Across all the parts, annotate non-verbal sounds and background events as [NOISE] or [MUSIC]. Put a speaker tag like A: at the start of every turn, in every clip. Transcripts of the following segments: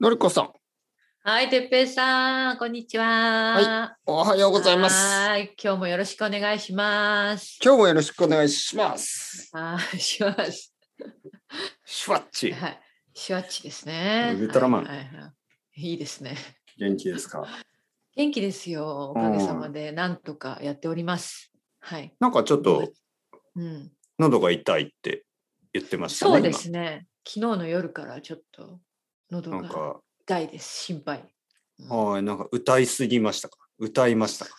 A: のりこさん、
B: はい、てっぺいさん、こんにちは。
A: はおはようございます。
B: はい、今日もよろしくお願いします。
A: 今日もよろしくお願いします。
B: はい、します。
A: シュワッチ、
B: はい、シュワッチですね。
A: ウルトラマン
B: はいはいはい、いいですね。
A: 元気ですか
B: 元気ですよ。おかげさまで、なんとかやっております。はい。
A: なんかちょっと
B: うん。
A: 喉が痛いって言ってましたね。
B: そうですね。昨日の夜からちょっと喉
A: 今なん
B: が
A: か、
B: 痛いです。心配。うん
A: はい、なんか歌いすぎましたか歌いましたか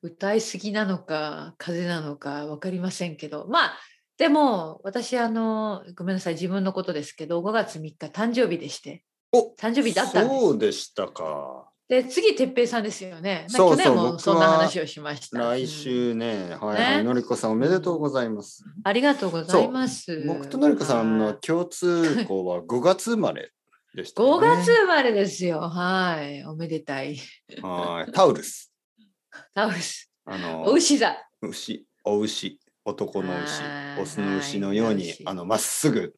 B: 歌いすぎなのか風邪なのか分かりませんけどまあでも私あのごめんなさい自分のことですけど5月3日誕生日でして
A: お
B: 誕生日だったんです
A: そうでしたか。
B: で次哲平さんですよねな
A: そうそう
B: 去年も
A: 僕
B: そんな
A: は
B: 話をしました
A: 来
B: うん
A: 週ね、はい、はい、
B: ね
A: のりこさんおめでとうございます。
B: ありがとうございます
A: 僕とのりこさんの共通項は5月生まれでした、ね。
B: 5月生まれですよはいおめでたい
A: はい、タウルス。
B: タオルス
A: あ
B: お
A: の、[LAUGHS]
B: 牛座
A: 牛、お牛、男の牛
B: あ、ー
A: オスの牛のよう
B: は
A: に
B: い、
A: あの、まっすぐ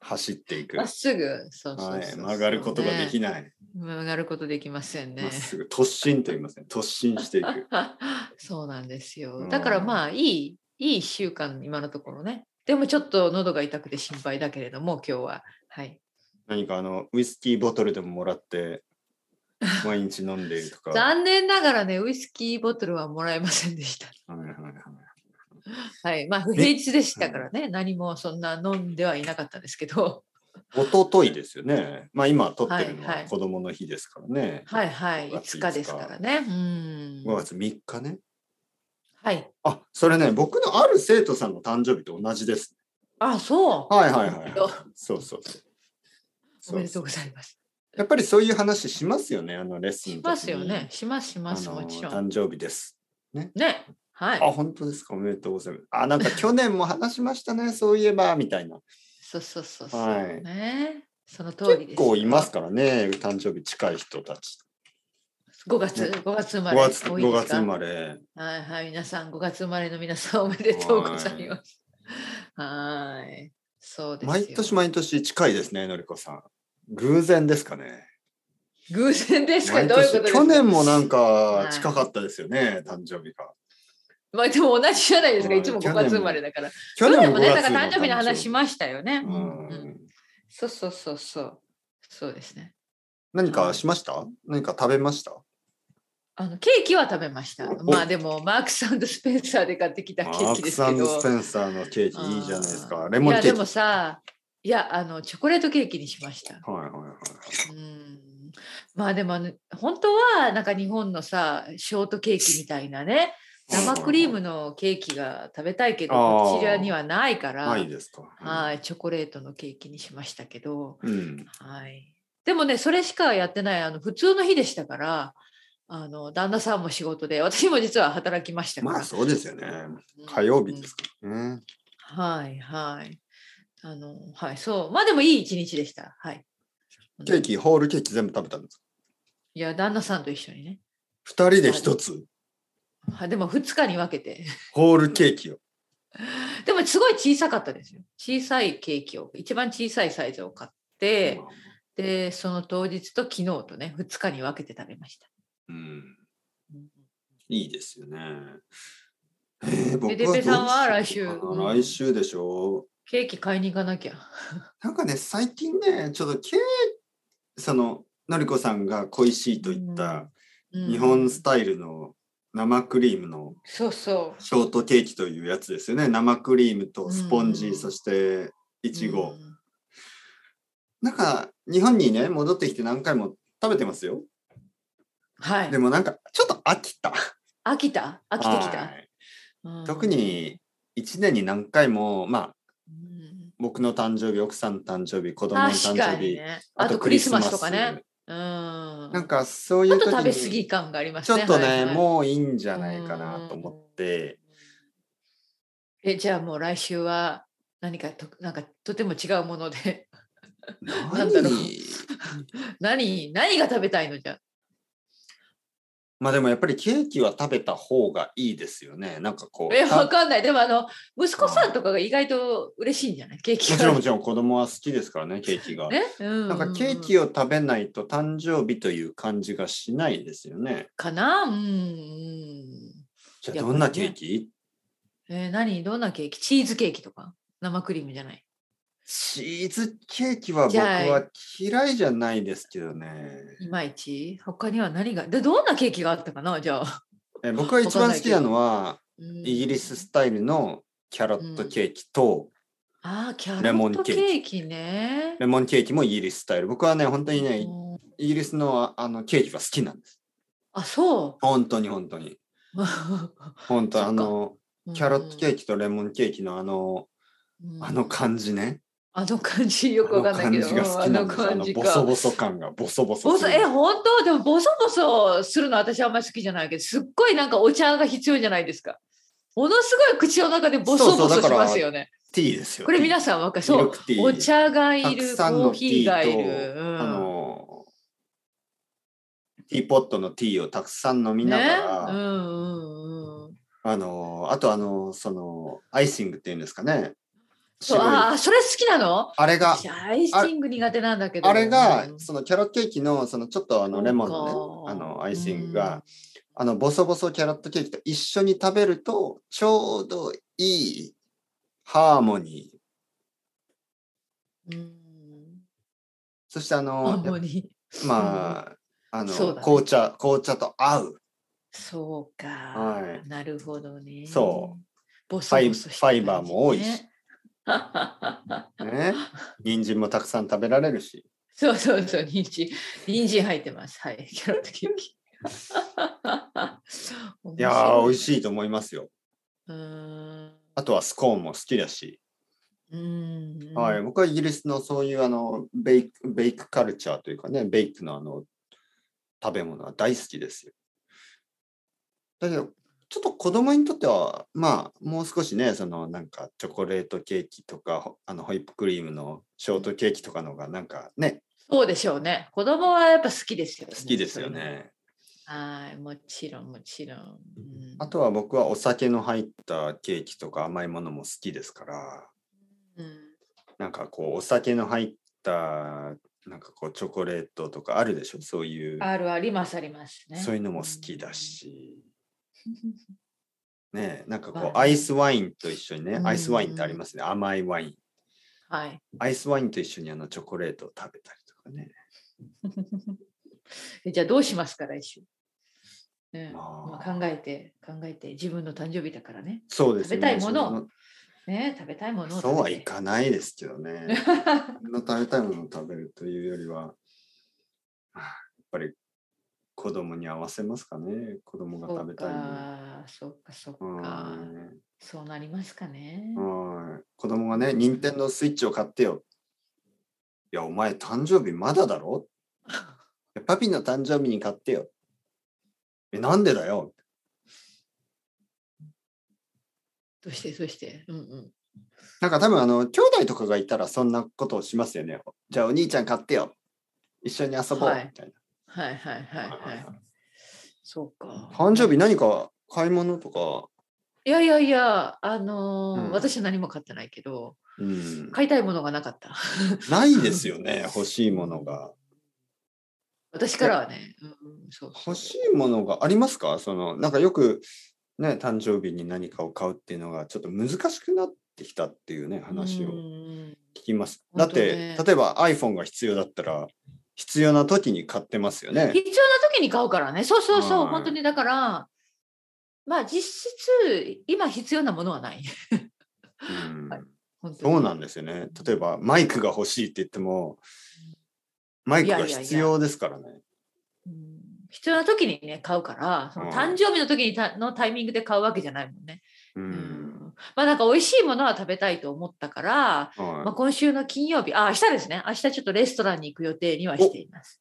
A: 走っていく。
B: ま
A: は
B: っすぐそうそうそう
A: い、曲がることができ
B: ね
A: ない。
B: 曲がることできませんね
A: まっすぐ突進と言いますね。突進してい
B: [LAUGHS]
A: く。
B: そうなんです
A: う
B: よ
A: ん。
B: だからまあいい、いい1週間、今のところね。でもちょっと喉が痛くて心配だけれども、今日は。はい。
A: 何かあのウイスキーボトルでももら
B: [LAUGHS]
A: って毎日飲んでいるとか。はい
B: 残念ながらね、ウイスキーボトルはもらえませんでした。
A: はいはい
B: はい。まあ、平日でしたからね、何もそんな飲んではいなかったですけど。
A: 一昨日ですよね。まあ今撮ってるの
B: はい
A: は
B: はい
A: 子供の日ですからね。
B: はいはい。
A: 5月
B: 5日ですからね。うん
A: 5。月3日ね。
B: はい。
A: あ、それね、僕のある生徒さんの誕生日と同じです。
B: あ、そう。
A: はいはいはい。
B: お
A: そうそうそう。
B: おめでとう
A: そ
B: ご
A: う
B: ざいます。
A: そうやっぱりそういう話しますよね、あのレッスンの
B: し
A: 時に
B: ますよね。。しますし
A: あ
B: ます。
A: の
B: もちろん。
A: 誕生日です。
B: ね。はい
A: あ、。本当ですか、おめでとうございます。あ、なんか去年も話しましたね、そういえば、みたいな。
B: そうそうそうそう。
A: はい
B: ね。その通りです。
A: 結構います。からね、誕生日近い人たち。
B: 5月、
A: ね
B: 5月生ま
A: 5
B: れ。
A: 月
B: 多いです
A: 5
B: か
A: 月生まれ。
B: はいはい、皆さん、5月生まれの皆さん、おめでとうございます。はーい、そうですよ。
A: 毎年毎年近いですね、のりこさん。偶然ですかね。
B: 偶然ですか、
A: 毎
B: どういうこと
A: 年
B: ですか。
A: 去年もなん
B: は
A: か
B: い
A: 近かったですよね、誕生日が。
B: まあ、でも同じじゃないですか、
A: はい
B: いつも
A: 去
B: 5
A: 年も
B: 月生まれだから。
A: 去
B: 去
A: 年
B: 年
A: も5
B: もね、
A: 月
B: だから誕生日の話し
A: す。
B: ましたよね。
A: う
B: うんうん
A: ん
B: そうそうそうそう。そうですね。
A: 何かしました何か食べました
B: あのケーキは食べました。
A: お
B: まあでも、マークススペンサーで買ってきた
A: マ
B: ケー
A: ー
B: キで
A: ク
B: す
A: さ
B: け
A: ん
B: ど。
A: スペンサーのケーキいいじゃないですか。レモ
B: い
A: ン
B: や、
A: ケ
B: で
A: ーキ。
B: もさ、いや、あの、チョコレートケーキにしました。
A: はいはいはい。
B: うんまあでもあの本当はなんか日本のさショートケーキみたいなね生クリームのケーキが食べたいけど
A: あー
B: こちらにはないから
A: ないですか。
B: はいチョコレートのケーキにしましたけど、
A: うん。
B: はい、でもねそれしかやってないあの普通の日でしたからあの旦那さんも仕事で私も実は働きましたから、
A: まあそうですよね。
B: うん
A: 火曜日ですからね。
B: うんはいはいあのはいそうまあでもいい一日でしたはい
A: ケーキ、ホールケーキ全部食べたんですか
B: いや旦那さんと一緒にね
A: 二人で一つ、
B: はいでも2日に分けて。 [LAUGHS]
A: ホールケーキを。
B: でもすごい小さかったですよ。小さいケーキを、一番小さいサイズを買って、で、その当日と昨日とね、2日に分けて食べました。
A: うん、
B: うん
A: いいですよね。えー、僕は
B: ペペさんは
A: どうしようかな
B: 来週うん
A: 来週でしょ
B: ケーキ買いに行かなきゃ。
A: なんかね、最近ね、ちょっとケーキ、その、のりこさんが恋しいと言った、
B: うん
A: 日本スタイルの生クリームの
B: そうそう。
A: ショートケーキというやつですよね。生クリームとスポンジ、
B: うん
A: そしてい
B: い
A: ちご。なんか日本にね戻ってきて何回も食べてますよ。
B: はい
A: で。もなんかちょっと飽きた。
B: 飽きた飽きてき
A: は
B: た。
A: い
B: うん
A: 特、に1年に何回もまあ
B: うん
A: 僕の誕生日奥さんの誕生日子供の誕
B: 確か
A: 生
B: に
A: 日、
B: ね。あとクリスマスとかね。うん。な
A: なんかそうい
B: ちょ
A: う
B: っと
A: 時
B: 食べ過ぎ
A: に
B: 感がありま
A: ち
B: す
A: ょ
B: ね。
A: っとね、
B: はいはい
A: もういいんじゃないかなと思って
B: うん。えじゃあもう来週は何かとなんかとても違うもので [LAUGHS]
A: 何
B: なんだろう何何が食べたいのじゃ
A: [LAUGHS] まあでもやっぱりケーキは食べた方がいいですよね。なんかこう。
B: え、
A: た
B: わかんない。でもあの、息子さんとかが意外と嬉しいんじゃないケーキ
A: もちろんも
B: が。
A: ちろん子供は好きですからね、ケーキが。
B: ね、うん
A: なんかケー
B: を
A: キを食べないと誕生日という感じがしないですよね。
B: かなうんうん。
A: じゃあ
B: やっぱりね
A: どんなケーキ、
B: えー何どんなケーキチーズケーキとか生クリームじゃない。
A: チーズケーキは僕
B: じゃあ
A: は嫌いじゃないですけどね。
B: いまいち他には何がでどんなケーキがあったかなじゃあ。
A: え僕が一番好きなのは
B: うん
A: イギリススタイルのキャロットケーキと、
B: あーキャ
A: レ
B: ロ
A: モ
B: ッ
A: ン
B: ト
A: ケ
B: ケ
A: ーキ
B: ーキね。
A: レモンケーキもイギリススタイル。僕はね、本当にね、
B: うん
A: イギリスのああのケーキが好きなんです。
B: あそ
A: 本当に本当に。
B: う。
A: 本当
B: そっ
A: あ
B: か
A: の、キャロットケ
B: ー
A: ー
B: キ、
A: キとレモンケーキのあの、
B: うん
A: あの感じね。
B: あの感じよくわかんないけど。
A: あの感じが好きなんです。あのボソボソ感がボソボソ
B: ボ
A: す
B: ソ
A: る。
B: え本当でもボソボソするの私あんまり好きじゃないけどすっごいなんかお茶が必要じゃないですかものすごい口の中でボソボ
A: そうそ
B: ソ
A: うだ
B: し
A: から
B: ますよね
A: ティーですよ。
B: これ
A: ティー
B: 皆さんわかるそう
A: ミルクティー
B: お茶がい
A: た
B: る
A: くさん
B: コ
A: の
B: ー
A: テ
B: ヒ
A: ィ
B: ーがい
A: ー
B: る、
A: と、
B: うん
A: あのティーポットのティーをたくさん飲みながら、
B: ねうんうんうん
A: あのあとあのそのアイシングっていうんですかね
B: そう
A: 白い
B: あーそれ好きなの
A: あれが
B: 私アイシング苦手なんだけど
A: あれが
B: うん
A: そのキャロットケーキのそのちょっとあのレモンのね
B: そう
A: あ
B: か
A: のアイシングが、あのボソボソキャロットケーキと一緒に食べるとちょうどいいハーモニー
B: うん
A: そしてあ
B: あ
A: の
B: んまり
A: まああの、
B: そうだね
A: 紅茶紅茶と合う
B: そうか、
A: は
B: なるほどね
A: そう
B: ボ
A: フ
B: ソ
A: ァイ
B: ボソした感じね
A: ファイバーも多いし
B: [LAUGHS]
A: ね人参もたくさん食べられるし
B: そうそうそう、人参、人参入ってます。はい、キャロットケーキ。
A: いやー美味
B: い。
A: しいと思いますよ
B: うーん。
A: あとはスコーンも好きだし、
B: うーん
A: はい、。僕はイギリスのそういうあのベイクベイクカルチャーというかねベイクのあの食べ物は大好きですよだけどちょっと子供にとってはまあもう少しねそのなんかチョコレートケーキとかほあのホイップクリームのショートケーキとかのがなんかね
B: そうでしょうね。子供はやっぱ好きですよ、ね。
A: 好きですよ
B: そういうの。
A: ね
B: はい、もちろん、もちろん。うん
A: あとは僕はお酒の入ったケーキとか甘いものも好きですから
B: うん
A: なんかこうお酒の入ったなんかこうチョコレートとかあるでしょそういう、
B: あるありますありますね。
A: そういうのも好きだし、ねえなんか
B: ま
A: こう
B: あ
A: アイスワインと一緒にね、
B: うん
A: アイスワインってありますね甘いワイン
B: うん。はい。
A: アイスワインと一緒にあのチョコレートを食べたりとかね
B: えじゃあどうしますか、来週。ね
A: ま
B: ま
A: あ
B: あ、考えて、考えて、自分の誕生日だからね。
A: そうです
B: 食べたいものを
A: 自分
B: ね食べたいものを
A: の
B: 食べ
A: そう
B: て
A: はいかないですけどね自分の食べたいものを食べるというよりはあやっぱり子供に合わせますかね子供が食べたいもの
B: そうか、そうか、そっか。
A: うん
B: そうなりますかね。
A: はい子供がね、任天堂スイッチを買ってよ。いや、お前誕生日まだだ
B: [LAUGHS]
A: ろいやパピの誕生日に買ってよ。え、なんでだよ。
B: そして、そして、うんうん。
A: なんか多分あの、兄弟とかがいたらそんなことをしますよね。じゃあお兄ちゃん買ってよ。一緒に遊ぼう。
B: はい
A: みたい
B: はいはいはい
A: な、
B: はい。そうか。
A: 誕生日何か買い物とか、
B: いやいやいや、あのー
A: うん
B: 私は何も買ってないけど、
A: うん、
B: 買いたいものがなかった。
A: ないですよ
B: [LAUGHS]
A: ね、欲しいものが。
B: 私からはね。うんうん、そうそう
A: 欲しいものがありますかそのなんかよくね誕生日に何かを買うっていうのがちょっと難しくなってきたっていうね話を
B: うん
A: 聞
B: うん
A: きます、
B: うん
A: だ
B: 本
A: っ
B: 当
A: て、
B: ね
A: 例えば iPhone が必要だったら必要な時に買ってますよね
B: 必要な時に買うからね。そうそうそう、
A: はい
B: 本当にだから、まあ実質、今必要なものはない。
A: うん
B: はい本当に
A: そうなんですよね例えばマイクが欲しいって言ってもマイクが必要ですからね
B: うん必要な時にね買うからその誕生日の時にたのタイミングで買うわけじゃないもんね。
A: うん
B: うんまあなんか美味しいものは食べたいと思ったから、まあ、
A: は
B: 今週の金曜日あ明日ですね明日ちょっとレストランに行く予定にはしています。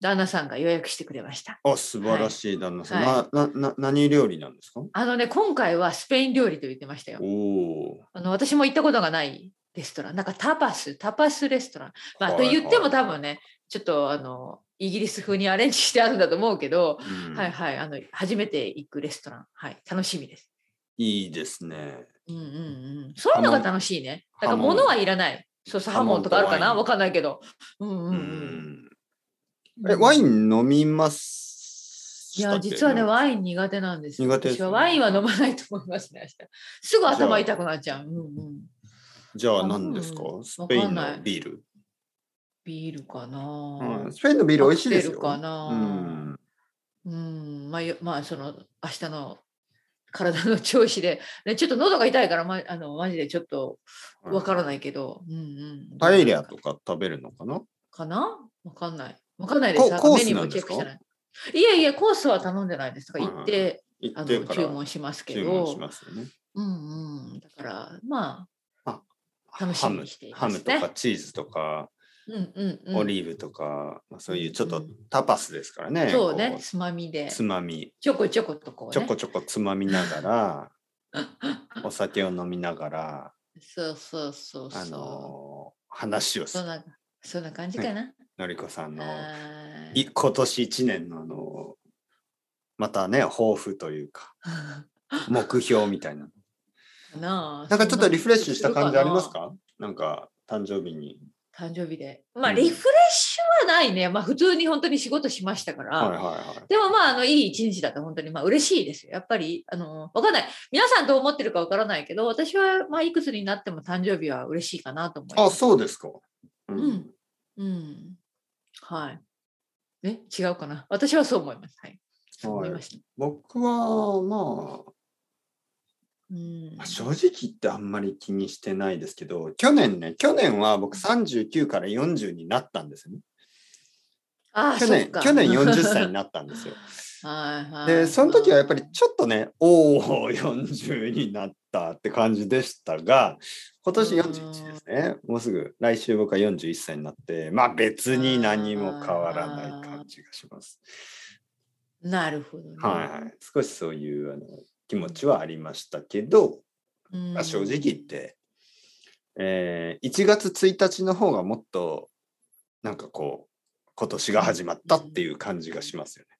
B: 旦那さんが予約してくれました。
A: い、あ素晴らしい旦那さん、
B: は
A: ななな何料理なんですか
B: あのね今回はスペイン料理と言ってましたよ。
A: おお
B: あの私も行ったことがないレストランなんかタパスタパスレストラン、まあ、
A: は
B: と
A: いはい
B: 言っても多分ねちょっとあのイギリス風にアレンジしてあるんだと思うけど、
A: うん
B: はいはいあの初めて行くレストランはい楽しみです。
A: いいですね。
B: うんうんうん、そういうのが楽しいね。だから物はいらない。そうそう、ハモンとかあるか
A: ハモンとワイ
B: な
A: ン
B: わかんないけど。うんう
A: うんん。
B: うん。
A: え、ワイ
B: ン
A: ン飲みます
B: いや、実はね、
A: イン。
B: ワイン苦手なんですよ。
A: 苦手です
B: 私はワインは飲まないと思いますね、明日。すぐ頭痛くなっちゃう。うんうん。
A: じゃあ何ですか
B: うん
A: スペイン
B: わかんな
A: の
B: い
A: ビール。
B: ビールかな。
A: うん、スペインのビール美味しいです
B: カ
A: よ。
B: クテルかな
A: うん。
B: うん、まあ、よまあ、その、明日の体の調子で、ね、ちょっと喉が痛いから、ま、あのマジでちょっとわから
A: い。
B: ないけど、うんうん。
A: パエリアとか食べるのかな
B: かなわかんない。わかんないです。
A: コ
B: なんか
A: コース
B: メニューも
A: なんですか
B: チェックしてないいやいや、コースは頼んでないです。だから行って、
A: 行
B: あ
A: って
B: の
A: から
B: 注文しますけ
A: 注文し
B: ど、
A: ますよね。
B: うんうん。だから、ま楽し
A: ハ
B: み
A: ム
B: にしてい、ます
A: ハ
B: ね
A: ムとかチーズとか、
B: あ、うんうんうん。
A: オリーブとか、まあそういうちょっ
B: う
A: と
B: ん
A: タパスですからね。
B: そうね
A: こ、
B: つまみで
A: う。つまみ、
B: ちょこちょことこう
A: ちょ
B: ね
A: こ。ちょこつまみなが
B: [LAUGHS]
A: ら、お酒を飲みながら、
B: そうそうそうそう。
A: あのー話をす
B: そん
A: る。
B: な、そんな感じかな。
A: のりこさんの
B: はい
A: 今年1年のあのまたね抱負という
B: [LAUGHS]
A: か目標みたいな
B: か [LAUGHS] な
A: なんかちょっとリフレッシュした感じあります
B: そんなこ
A: かなんか誕生日に
B: とするかな誕生日で。まあ、
A: うん
B: リフレッシュはないね。まあ、普通に本当に仕事しましたから。
A: はいはいはい
B: でもまあ、あの、いい一日だと本当に、まあ、嬉しいですよ。やっぱり、あの、わかんない。皆さんどう思ってるかわからないけど、私は、まあ、いくつになっても誕生日は嬉しいかなと思いま
A: あ
B: す。
A: そうですかう
B: うんうん。はい。ね、違うかな。私はそう思います。はい。そう思いました。
A: 僕はまあ
B: うん
A: まあ。正直言ってあんまり気にしてないですけど去年ね去年は僕39から40になったんですよね
B: あ
A: 去年
B: そっか
A: 去年40歳になったんですよ
B: [LAUGHS] はいはい。
A: でその時はやっぱりちょっとねおお40になったって感じでしたが今年41ですねもうすぐ来週僕は41歳になってまあ別に何も変わらない感じがします
B: なるほど、ね。
A: はいはい少しそういうあの気持ちはありましたけど、
B: うん
A: まあ正直言って、えー1月1日の方がもっとなんかこう今年が始まったっていう感じがしますよね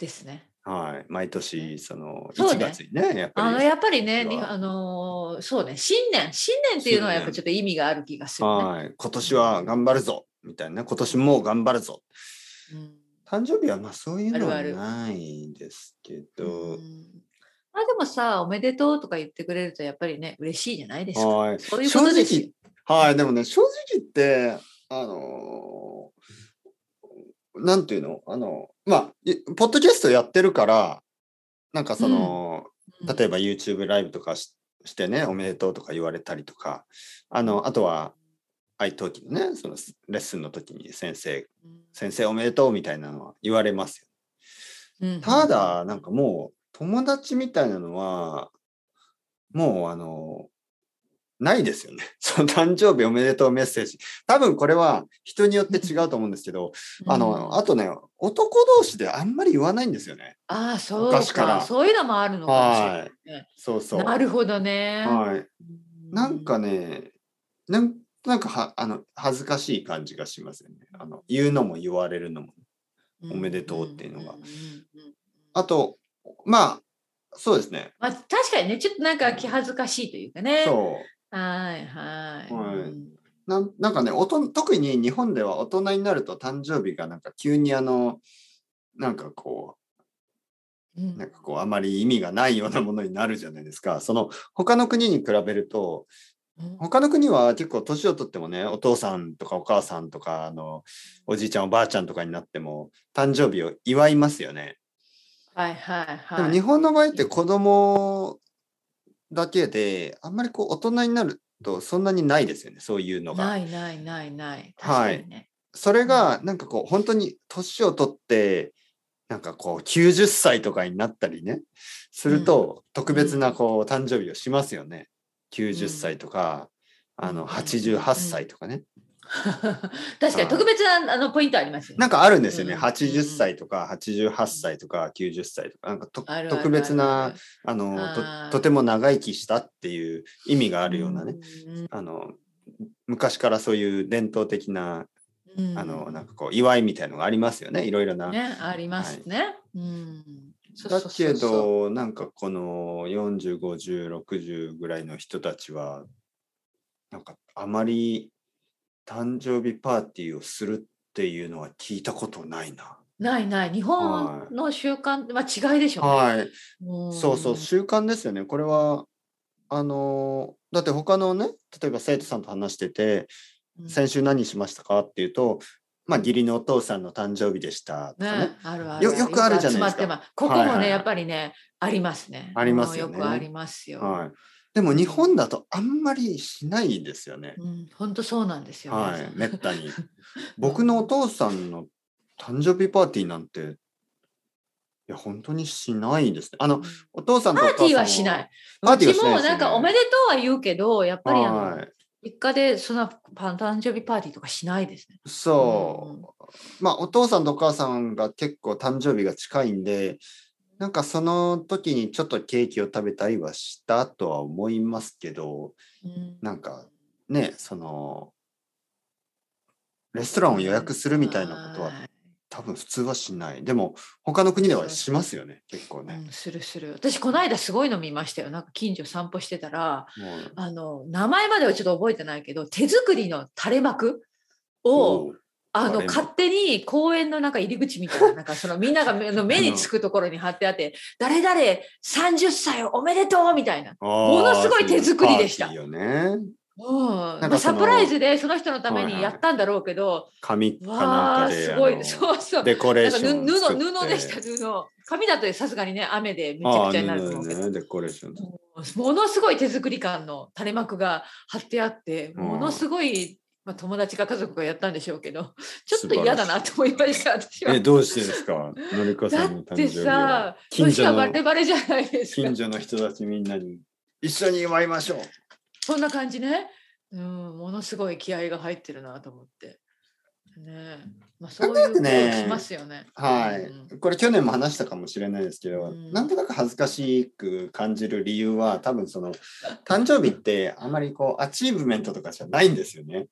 B: ですね。
A: はい、毎年その
B: そう
A: 1
B: ね
A: 月にねやっぱ
B: あ
A: り
B: の、やっぱりね、
A: 私
B: に
A: は
B: あのーそうね、新年、新年っていうのはやっぱちょっと意味がある気がするね。
A: はい、今年は頑張るぞみたいな今年もう頑張るぞ
B: うん
A: 誕生日はまあそういうの
B: あ
A: は
B: る
A: ないですけ
B: う
A: ど
B: んまあでもさ、おめでとうとか言ってくれるとやっぱりね、嬉しいじゃないですか。
A: はい
B: そういうことですよ
A: 正。直はいでもね正直言ってあのーなんていうのあのまあいポッドキャストやってるからなんかその、
B: うん
A: 例えば YouTube ライブとかししてね、おめでとうとか言われたりとか、あの、あとは、愛登記のね、そのスレッスンの時に先生、先生おめでとうみたいなのは言われますよ。
B: うん
A: ただ、なんかもう、友達みたいなのは、もう、あの、ないですよね。 [LAUGHS] その誕生日おめでとうメッセージ。多分これは人によって違うと思うんですけど、あの、あとね、男同士であんまり言わないんですよね。
B: ああ、そう
A: 昔
B: か
A: から
B: そういうのもあるのかもしれないね。
A: そうそう。
B: なるほどね。
A: はい。
B: うん
A: なんかね、なんなんかはあの恥ずかしい感じがしますよねあの。言うのも言われるのも。おめでとうっていうのが
B: んんうんうん
A: あと、まあ、そうですね。
B: まあ、確かにね、ちょっとなんか気恥ずかしいというかね。
A: そ
B: はいはい。
A: はい
B: うん
A: うなんなんかねおと、特に日本では大人になると誕生日がなんか急にあの、なんかこ
B: うん
A: う、なんかこう、あまり意味がないようなものになるじゃないですか。その、他の国に比べると、
B: うん
A: 他の国は結構年を取ってもねお父さんとかお母さんとかあのおじいちゃんおばあちゃんとかになっても誕生日を祝いますよね、
B: はいはいはい。
A: でも日本の場合って子供だけであんまりこう大人になるとそんなにないですよねそういうの
B: な
A: が
B: いないないない。確
A: は
B: か
A: い
B: にね。 [LAUGHS]
A: それがなんかこう本当に年を取ってなんかこう90歳とかになったりねすると特別なこう誕生日をしますよね90歳とか、あ
B: う
A: の
B: ん
A: 88歳とかね、
B: 確かに特別なあのポイントありますよね
A: なんかあるんですよね、
B: うん
A: 80歳とか88歳とか90歳とかなんかと
B: あるあるある
A: 特別なあの
B: あー
A: ととても長生きしたっていう意味があるようなね、あの昔からそういう伝統的な
B: うんうん
A: あのなんかこう祝いみたいのがありますよねいろいろな。
B: ねありますね、うんそうそ
A: だ
B: うそう
A: け
B: そう
A: どなんかこの405060ぐらいの人たちはなんかあまり誕生日パーティーをするっていうのは聞いたことないな。
B: ないない日
A: は
B: 本
A: い
B: の習慣まあ違いでしょうね、
A: はい、
B: うん
A: そうそう習慣ですよねこれはあのだって他のね例えば生徒さんと話してて
B: う
A: 「
B: ん
A: 先週何しましたか?」っていうと「まあ義理のお父さんの誕生日でした」とかね
B: ね、あるある
A: よよくあるじゃないですか
B: よく集まってまここもね、
A: はいはいはい
B: やっぱりねありますね
A: ありますよね
B: もうよくありますよ、
A: はい、でも日本だとあんまりしないですよね。
B: うん本当そうなんですよ、
A: は
B: 皆さ
A: い、
B: ん
A: めったに。僕のお父さんの誕生日パーティーなんて、いや、本当にしないですね。あの、お父さんとお
B: パ
A: 母さ
B: ー
A: ん。
B: ティーはしないい。
A: パーティーは
B: うち
A: しない
B: も
A: ですよね
B: なんかおめでとうは言うけど、やっぱりあの、
A: は
B: 実家でそんなパン誕生日パーティーとかしないですね。
A: い。そう。まあ、お父さんとお母さんが結構誕生日が近いんで、なんかその時にちょっとケーキを食べたりはしたとは思いますけど、
B: うん
A: なんかね、その、レストランを予約するみたいなことは多分普通はしない。でも他の国ではしますよね、結構
B: う
A: ね。
B: ん、するする。私、この間すごいの見ましたよ。なんか近所散歩してたら、
A: もう
B: あの、名前まではちょっと覚えてないけど、手作りの垂れ幕を、
A: おう
B: あ
A: 垂
B: の、
A: れ幕
B: 勝手に公園のなんか入り口みたいな、なんかそのみんなが目の目につくところに貼ってあって、誰々30歳おめでとうみたいな。
A: も
B: のすごい手作りでした
A: よね。
B: うん
A: か
B: まあ
A: そ
B: サ
A: の
B: プライズでその人のため
A: はいは
B: に
A: い
B: やったんだろうけど、
A: 紙かなん
B: わ
A: か
B: あ
A: で。
B: す
A: あ
B: ご
A: の
B: いそうそう
A: [LAUGHS] デコレー
B: なんか
A: シ
B: 布
A: ョン
B: 布
A: 作って。
B: 布でした布紙だとさすがにね雨でめち
A: あ
B: ゃ
A: あ
B: くちゃになると思う
A: 布
B: けど
A: ね、デコレーション。
B: [LAUGHS] ものすごい手作り感の垂れ幕が貼ってあって
A: うん
B: ものすごい、まあ、友達か家族がやったんでしょうけどちょっと嫌だなと思いました私は
A: え、。どうしてですかのりこ
B: だ
A: さんの
B: っ
A: 誕
B: て
A: 生日は
B: さ。
A: 近
B: 年
A: 所
B: がバ
A: の、
B: レバレじゃないですか
A: 近所の人たちみんなに、一緒に祝いましょう。
B: そんな感じね、うん、ものすごい気合が入ってるなと思って。ねえまあ、そういう
A: と
B: こ
A: なくね
B: としますよね。
A: はい、
B: うん
A: これ去年も話したかもしれないですけど、
B: うん
A: なんとなく恥ずかしく感じる理由は多分その誕生日ってあまりこうアチーブメントとかじゃないんですよね。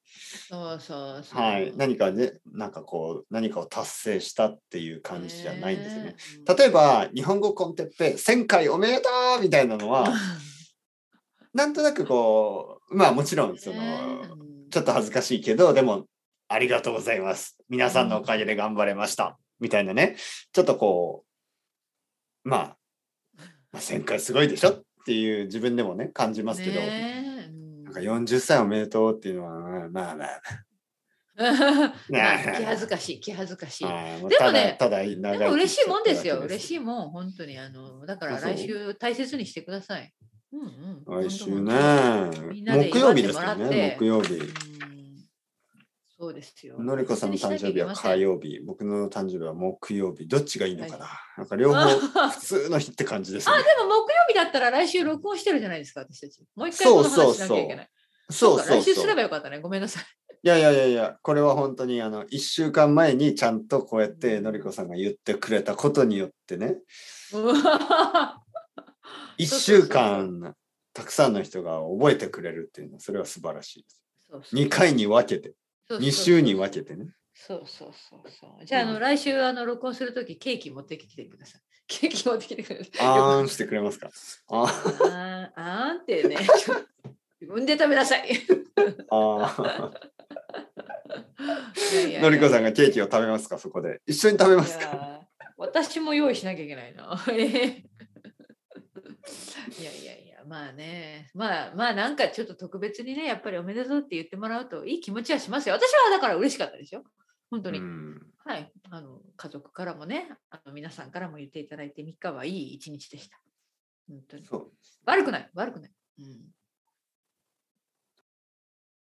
B: そうそうそう。
A: はい、何かねなんかこう何かを達成したっていう感じじゃないんですよね。
B: え。
A: 例えば日本語コンテッペ1000回おめでとうみたいなの
B: [LAUGHS]
A: はなんとなくこうまあもちろんそのちょっと恥ずかしいけど、でも、ありがとうございます。皆さんのおかげで頑張れました。みたいなね、ちょっとこう、まあ、まあ、1000回すごいでしょっていう自分でもね、感じますけど、
B: ねえうん
A: なんか40歳おめでとうっていうのは、まあまあ、
B: [LAUGHS] まあ
A: ね
B: 気恥ずかしい気恥ずかしい。
A: まあもう
B: でも
A: ただ
B: ね
A: ただ
B: でも嬉しいもんですよ嬉
A: い。
B: しいもん本当にあのだから
A: そうそう
B: 来週大切にしてください。うんうん。
A: 来週ね
B: みん、なで
A: 木曜日ですよ
B: 祝ってもらっ
A: ね
B: て、
A: 木曜日。
B: うんそうですよ。
A: のりこさんの誕生日は火曜日、僕の誕生日は木曜日、どっちがいいのかな、なんか両
B: あ
A: 方
B: でも
A: 普通の日って感じですね。
B: 木曜日だったら来週録音してるじゃないですか私たち。もう一回この話しなきゃいけない。
A: そう
B: か
A: そうそう。
B: 来週すればよかったねごめんなさい。
A: いやいやいやいや、これは本当にあの1週間前にちゃんとこうやってのりこさんが言ってくれたことによってね、1週間たくさんの人が覚えてくれるっていうのは、それは素晴らしいです。2回に分けて、2週に分けてね。
B: そうそうそうそう。じゃあ、あ
A: う
B: の
A: ん
B: 来週あの録音するときケーキ持ってきてください。ケーキ持ってきてください。
A: あーんしてくれますか。あ
B: あーあーんってね。ちょ [LAUGHS] 自分で食べなさい。
A: ー
B: [LAUGHS]
A: あ
B: いやいや
A: ー。
B: いや
A: のりこさんがケーキを食べますか、そこで。一緒に食べます
B: い
A: か。
B: やー私も用意しなきゃいけないな。 [LAUGHS] えへへいやいやいや、まあね、まあまあなんかちょっと特別にね、やっぱりおめでとうって言ってもらうといい気持ちはしますよ。私はだから嬉しかったでしょ。本当に。
A: うん
B: はい。あの、家族からもね、あの皆さんからも言っていただいて、3日はいい一日でした。本当に。
A: そう
B: 悪くない、悪くない。うん。